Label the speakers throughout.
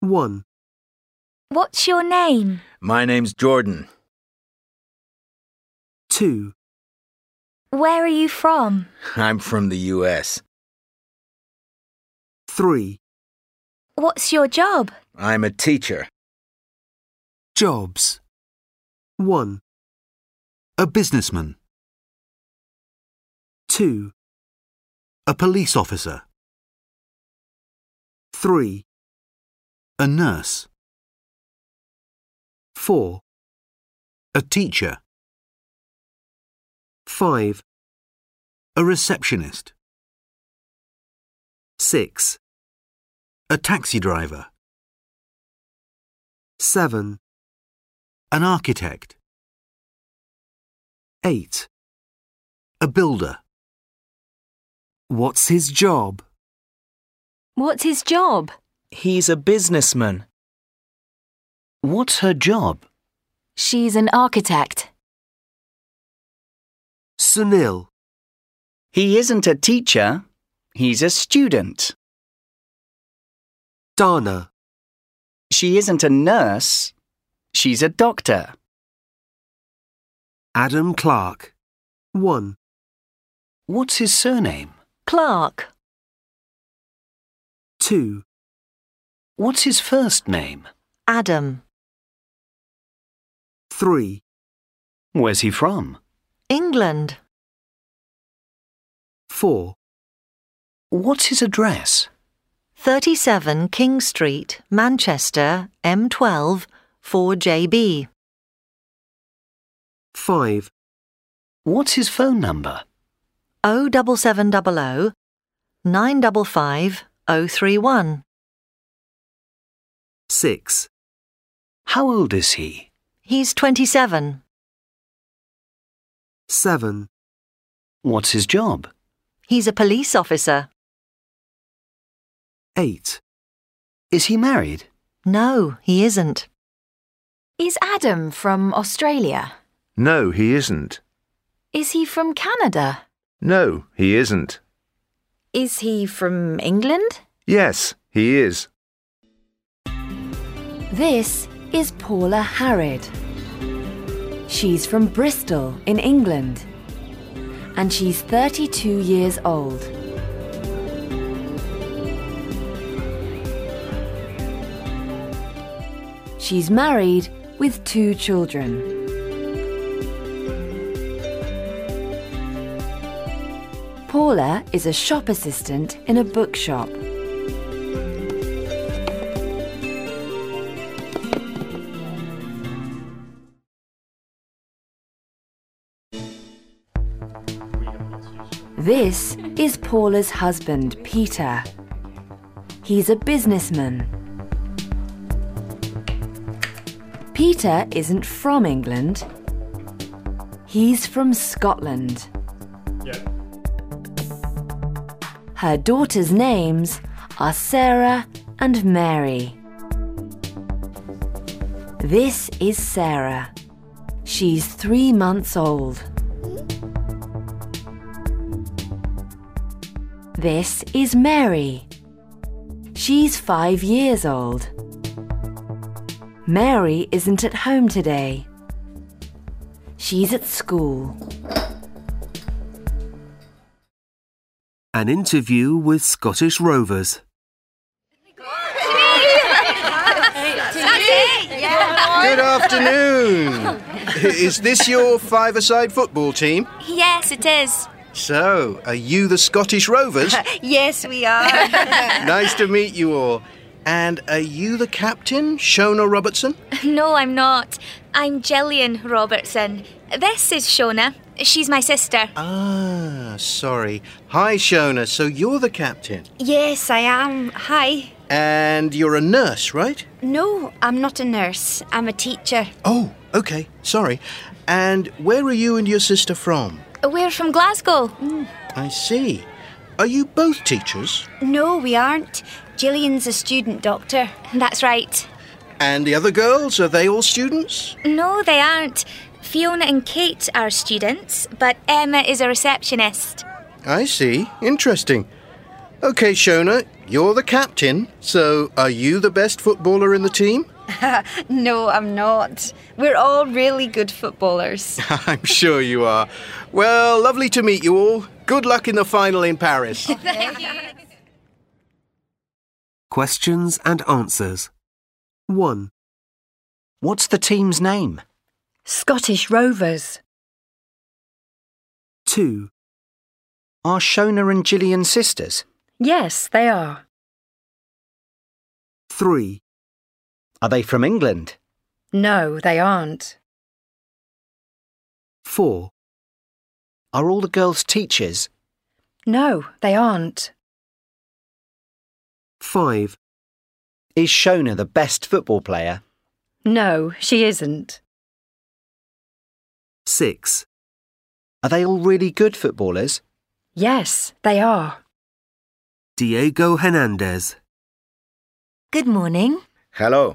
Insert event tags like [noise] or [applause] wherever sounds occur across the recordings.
Speaker 1: 1.
Speaker 2: What's your name?
Speaker 3: My name's Jordan.
Speaker 1: 2.
Speaker 2: Where are you from?
Speaker 3: I'm from the U.S.
Speaker 1: 3.
Speaker 2: What's your job?
Speaker 3: I'm a teacher.
Speaker 1: Jobs. 1,
Speaker 4: A businessman.
Speaker 1: 2,
Speaker 4: A police officer.
Speaker 1: 3,
Speaker 4: A nurse.
Speaker 1: 4,
Speaker 4: A teacher.
Speaker 1: 5,
Speaker 4: A receptionist.
Speaker 1: 6,
Speaker 4: A taxi driver.
Speaker 1: 7,
Speaker 4: An architect.
Speaker 1: 8.
Speaker 4: A builder.
Speaker 1: What's his job?
Speaker 2: What's his job?
Speaker 5: He's a businessman.
Speaker 4: What's her job?
Speaker 2: She's an architect.
Speaker 1: Sunil.
Speaker 5: He isn't a teacher. He's a student.
Speaker 1: Dana.
Speaker 5: She isn't a nurse. She's a doctor.
Speaker 1: Adam Clark. 1,
Speaker 4: What's his surname?
Speaker 2: Clark.
Speaker 1: 2,
Speaker 4: What's his first name?
Speaker 2: Adam.
Speaker 1: 3,
Speaker 4: Where's he from?
Speaker 2: England.
Speaker 1: 4,
Speaker 4: What's his address?
Speaker 2: 37 King Street, Manchester, M12, 4JB.
Speaker 1: 5,
Speaker 4: What's his phone number?
Speaker 2: 07700 955 031.
Speaker 1: 6,
Speaker 4: How old is he?
Speaker 2: He's 27.
Speaker 1: 7,
Speaker 4: What's his job?
Speaker 2: He's a police officer.
Speaker 1: 8,
Speaker 4: Is he married?
Speaker 2: No, he isn't. Is Adam from Australia?
Speaker 6: No, he isn't.
Speaker 2: Is he from Canada?
Speaker 6: No, he isn't.
Speaker 2: Is he from England?
Speaker 6: Yes, he is.
Speaker 7: This is Paula Harrod. She's from Bristol in England. And she's 32 years old. She's married with two children. Paula is a shop assistant in a bookshop. This is Paula's husband, Peter. He's a businessman. Peter isn't from England. He's from Scotland. Her daughters' names are Sarah and Mary. This is Sarah. She's three months old. This is Mary. She's five years old. Mary isn't at home today. She's at school.
Speaker 1: an interview with Scottish Rovers.
Speaker 3: Good [laughs] afternoon. is this your five-a-side football team?
Speaker 8: Yes, it is.
Speaker 3: So, are you the Scottish [laughs] Rovers?
Speaker 8: Yes, we are.
Speaker 3: nice to meet you all. And are you the captain, Shona Robertson?
Speaker 8: [laughs] no, I'm not. I'm Gillian Robertson. This is Shona. She's my sister.
Speaker 3: Ah, sorry. Hi, Shona. So you're the captain.
Speaker 8: Yes, I am. Hi.
Speaker 3: And you're a nurse, right?
Speaker 8: No, I'm not a nurse. I'm a teacher.
Speaker 3: Oh, okay. Sorry. And where are you and your sister from?
Speaker 8: We're from Glasgow.
Speaker 3: I see. Are you both teachers?
Speaker 8: No, we aren't. Gillian's a student doctor. That's right.
Speaker 3: And the other girls, are they all students?
Speaker 8: No, they aren't. Fiona and Kate are students, but Emma is a receptionist.
Speaker 3: I see. Interesting. Okay, Shona, you're the captain, so are you the best footballer in the team?
Speaker 9: No, I'm not. We're all really good footballers.
Speaker 3: [laughs] I'm sure you are. Well, lovely to meet you all. Good luck in the final in Paris.
Speaker 1: Questions and answers. 1.
Speaker 5: What's the team's name?
Speaker 9: Scottish Rovers.
Speaker 1: 2.
Speaker 5: Are Shona and Gillian sisters?
Speaker 9: Yes, they are.
Speaker 1: 3.
Speaker 5: Are they from England?
Speaker 9: No, they aren't.
Speaker 1: 4.
Speaker 5: Are all the girls teachers?
Speaker 9: No, they aren't.
Speaker 1: 5.
Speaker 5: Is Shona the best football player?
Speaker 9: No, she isn't.
Speaker 1: 6.
Speaker 5: Are they all really good footballers?
Speaker 9: Yes, they are.
Speaker 1: Diego Hernandez.
Speaker 2: Good morning.
Speaker 10: Hello,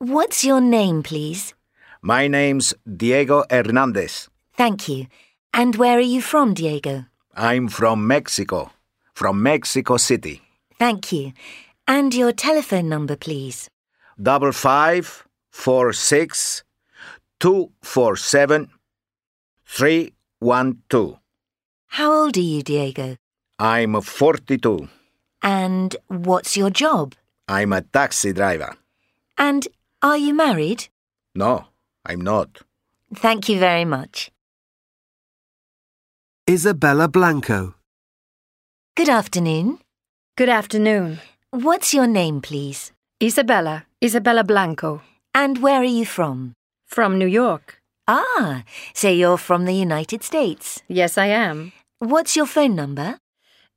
Speaker 2: What's your name, please?
Speaker 10: my name's Diego Hernandez.
Speaker 2: Thank you. And where are you from, Diego?
Speaker 10: I'm from Mexico, from Mexico City.
Speaker 2: Thank you. And your telephone number, please.
Speaker 10: Double five four six two four seven three one two.
Speaker 2: How old are you, Diego?
Speaker 10: I'm 42.
Speaker 2: And what's your job?
Speaker 10: I'm a taxi driver.
Speaker 2: And are you married?
Speaker 10: No, I'm not.
Speaker 2: Thank you very much.
Speaker 1: Isabella Blanco.
Speaker 2: Good afternoon.
Speaker 9: Good afternoon.
Speaker 2: What's your name, please?
Speaker 9: Isabella, Isabella Blanco,
Speaker 2: And where are you from?
Speaker 9: from New York.
Speaker 2: Ah, so you're from the United States.
Speaker 9: Yes, I am.
Speaker 2: What's your phone number?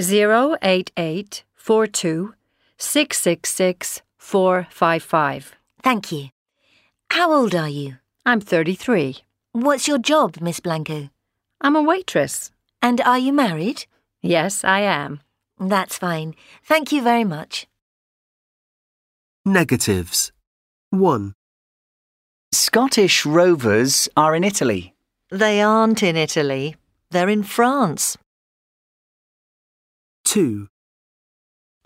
Speaker 9: 088 42 666 455.
Speaker 2: Thank you. How old are you?
Speaker 9: I'm 33.
Speaker 2: What's your job, Miss Blanco?
Speaker 9: I'm a waitress.
Speaker 2: And are you married?
Speaker 9: Yes, I am.
Speaker 2: That's fine. Thank you very much.
Speaker 1: Negatives. 1.
Speaker 5: Scottish Rovers are in Italy.
Speaker 2: They aren't in Italy. They're in France.
Speaker 1: 2.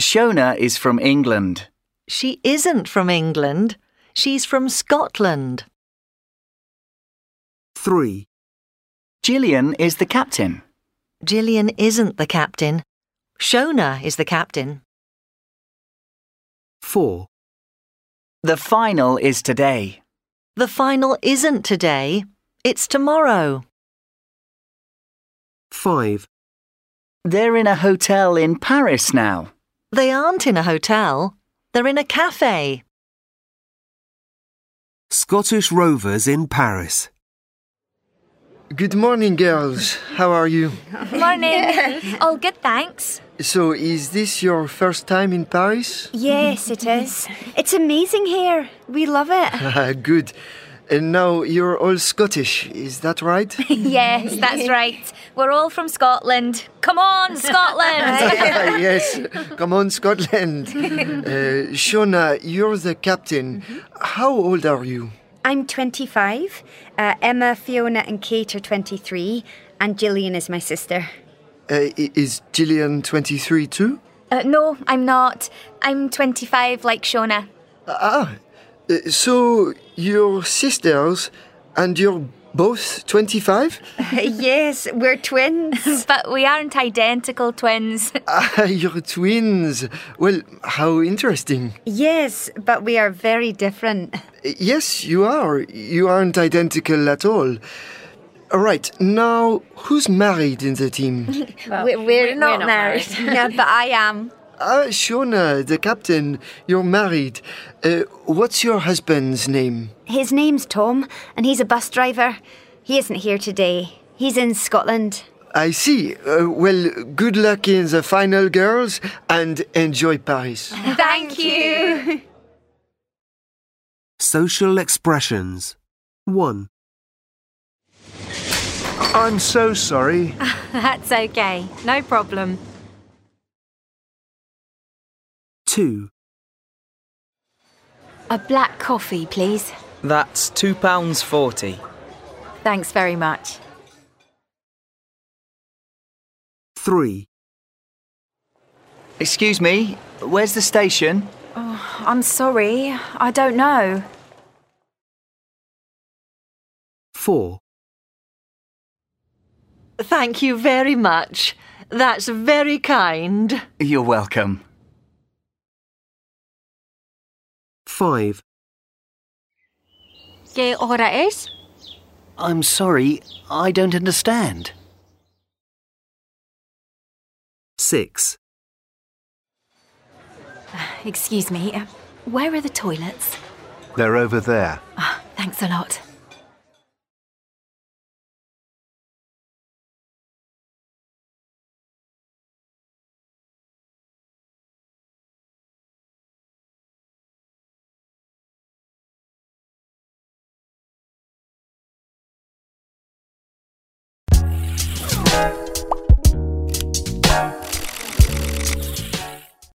Speaker 5: Shona is from England.
Speaker 2: She isn't from England. She's from Scotland.
Speaker 1: 3.
Speaker 5: Gillian is the captain.
Speaker 2: Gillian isn't the captain. Shona is the captain.
Speaker 1: 4.
Speaker 5: The final is today.
Speaker 2: The final isn't today, it's tomorrow.
Speaker 1: 5.
Speaker 5: They're in a hotel in Paris now.
Speaker 2: They aren't in a hotel, they're in a cafe.
Speaker 1: Scottish Rovers in Paris.
Speaker 11: Good morning, girls. How are you?
Speaker 8: Morning. [laughs] All good, [laughs] thanks.
Speaker 11: So, is this your first time in Paris?
Speaker 9: Yes, it is. It's amazing here. We love it.
Speaker 11: [laughs] Ah, Good. And now you're all Scottish, is that
Speaker 9: [laughs]
Speaker 11: right?
Speaker 8: yes, that's right. We're all from Scotland. Come [laughs] on, Scotland. [laughs]
Speaker 11: Ah, [laughs] yes. Come on,
Speaker 9: [laughs]
Speaker 11: Scotland. Uh, Shona, you're the captain.
Speaker 9: Mm-hmm.
Speaker 11: How old are you?
Speaker 9: I'm 25. Uh, Emma, Fiona, and Kate are 23. And Gillian is my sister. [laughs]
Speaker 11: Uh, i- is Gillian 23 too?
Speaker 8: uh, no, I'm not. I'm 25 like Shona.
Speaker 11: Ah, uh, so you're sisters and you're both 25?
Speaker 9: yes, we're [laughs] twins.
Speaker 8: But we aren't identical twins. [laughs]
Speaker 11: Ah, [laughs] you're twins. Well, how interesting.
Speaker 9: yes, but we are very different.
Speaker 11: Yes, you are. You aren't identical at all. Right, now who's married in the team?
Speaker 9: we're, we're, not married. [laughs] no, but I am.
Speaker 11: Ah, Shona, the captain, you're married. Uh, what's your husband's name?
Speaker 9: His name's Tom, and he's a bus driver. He isn't here today. He's in Scotland.
Speaker 11: I see. Uh, well, good luck in the final, girls, and enjoy Paris.
Speaker 8: Thank you.
Speaker 1: Social expressions. 1.
Speaker 6: I'm so sorry.
Speaker 9: That's okay. No problem.
Speaker 1: 2.
Speaker 2: A black coffee, please.
Speaker 5: That's £2.40.
Speaker 2: Thanks very much.
Speaker 1: 3.
Speaker 5: Excuse me, where's the station?
Speaker 12: Oh, I'm sorry. I don't know.
Speaker 1: 4.
Speaker 2: Thank you very much. That's very kind.
Speaker 5: You're welcome.
Speaker 1: 5.
Speaker 13: ¿Qué hora es?
Speaker 4: I'm sorry, I don't understand.
Speaker 1: 6.
Speaker 12: Excuse me. uh, Where are the toilets?
Speaker 10: They're over there.
Speaker 12: Thanks a lot.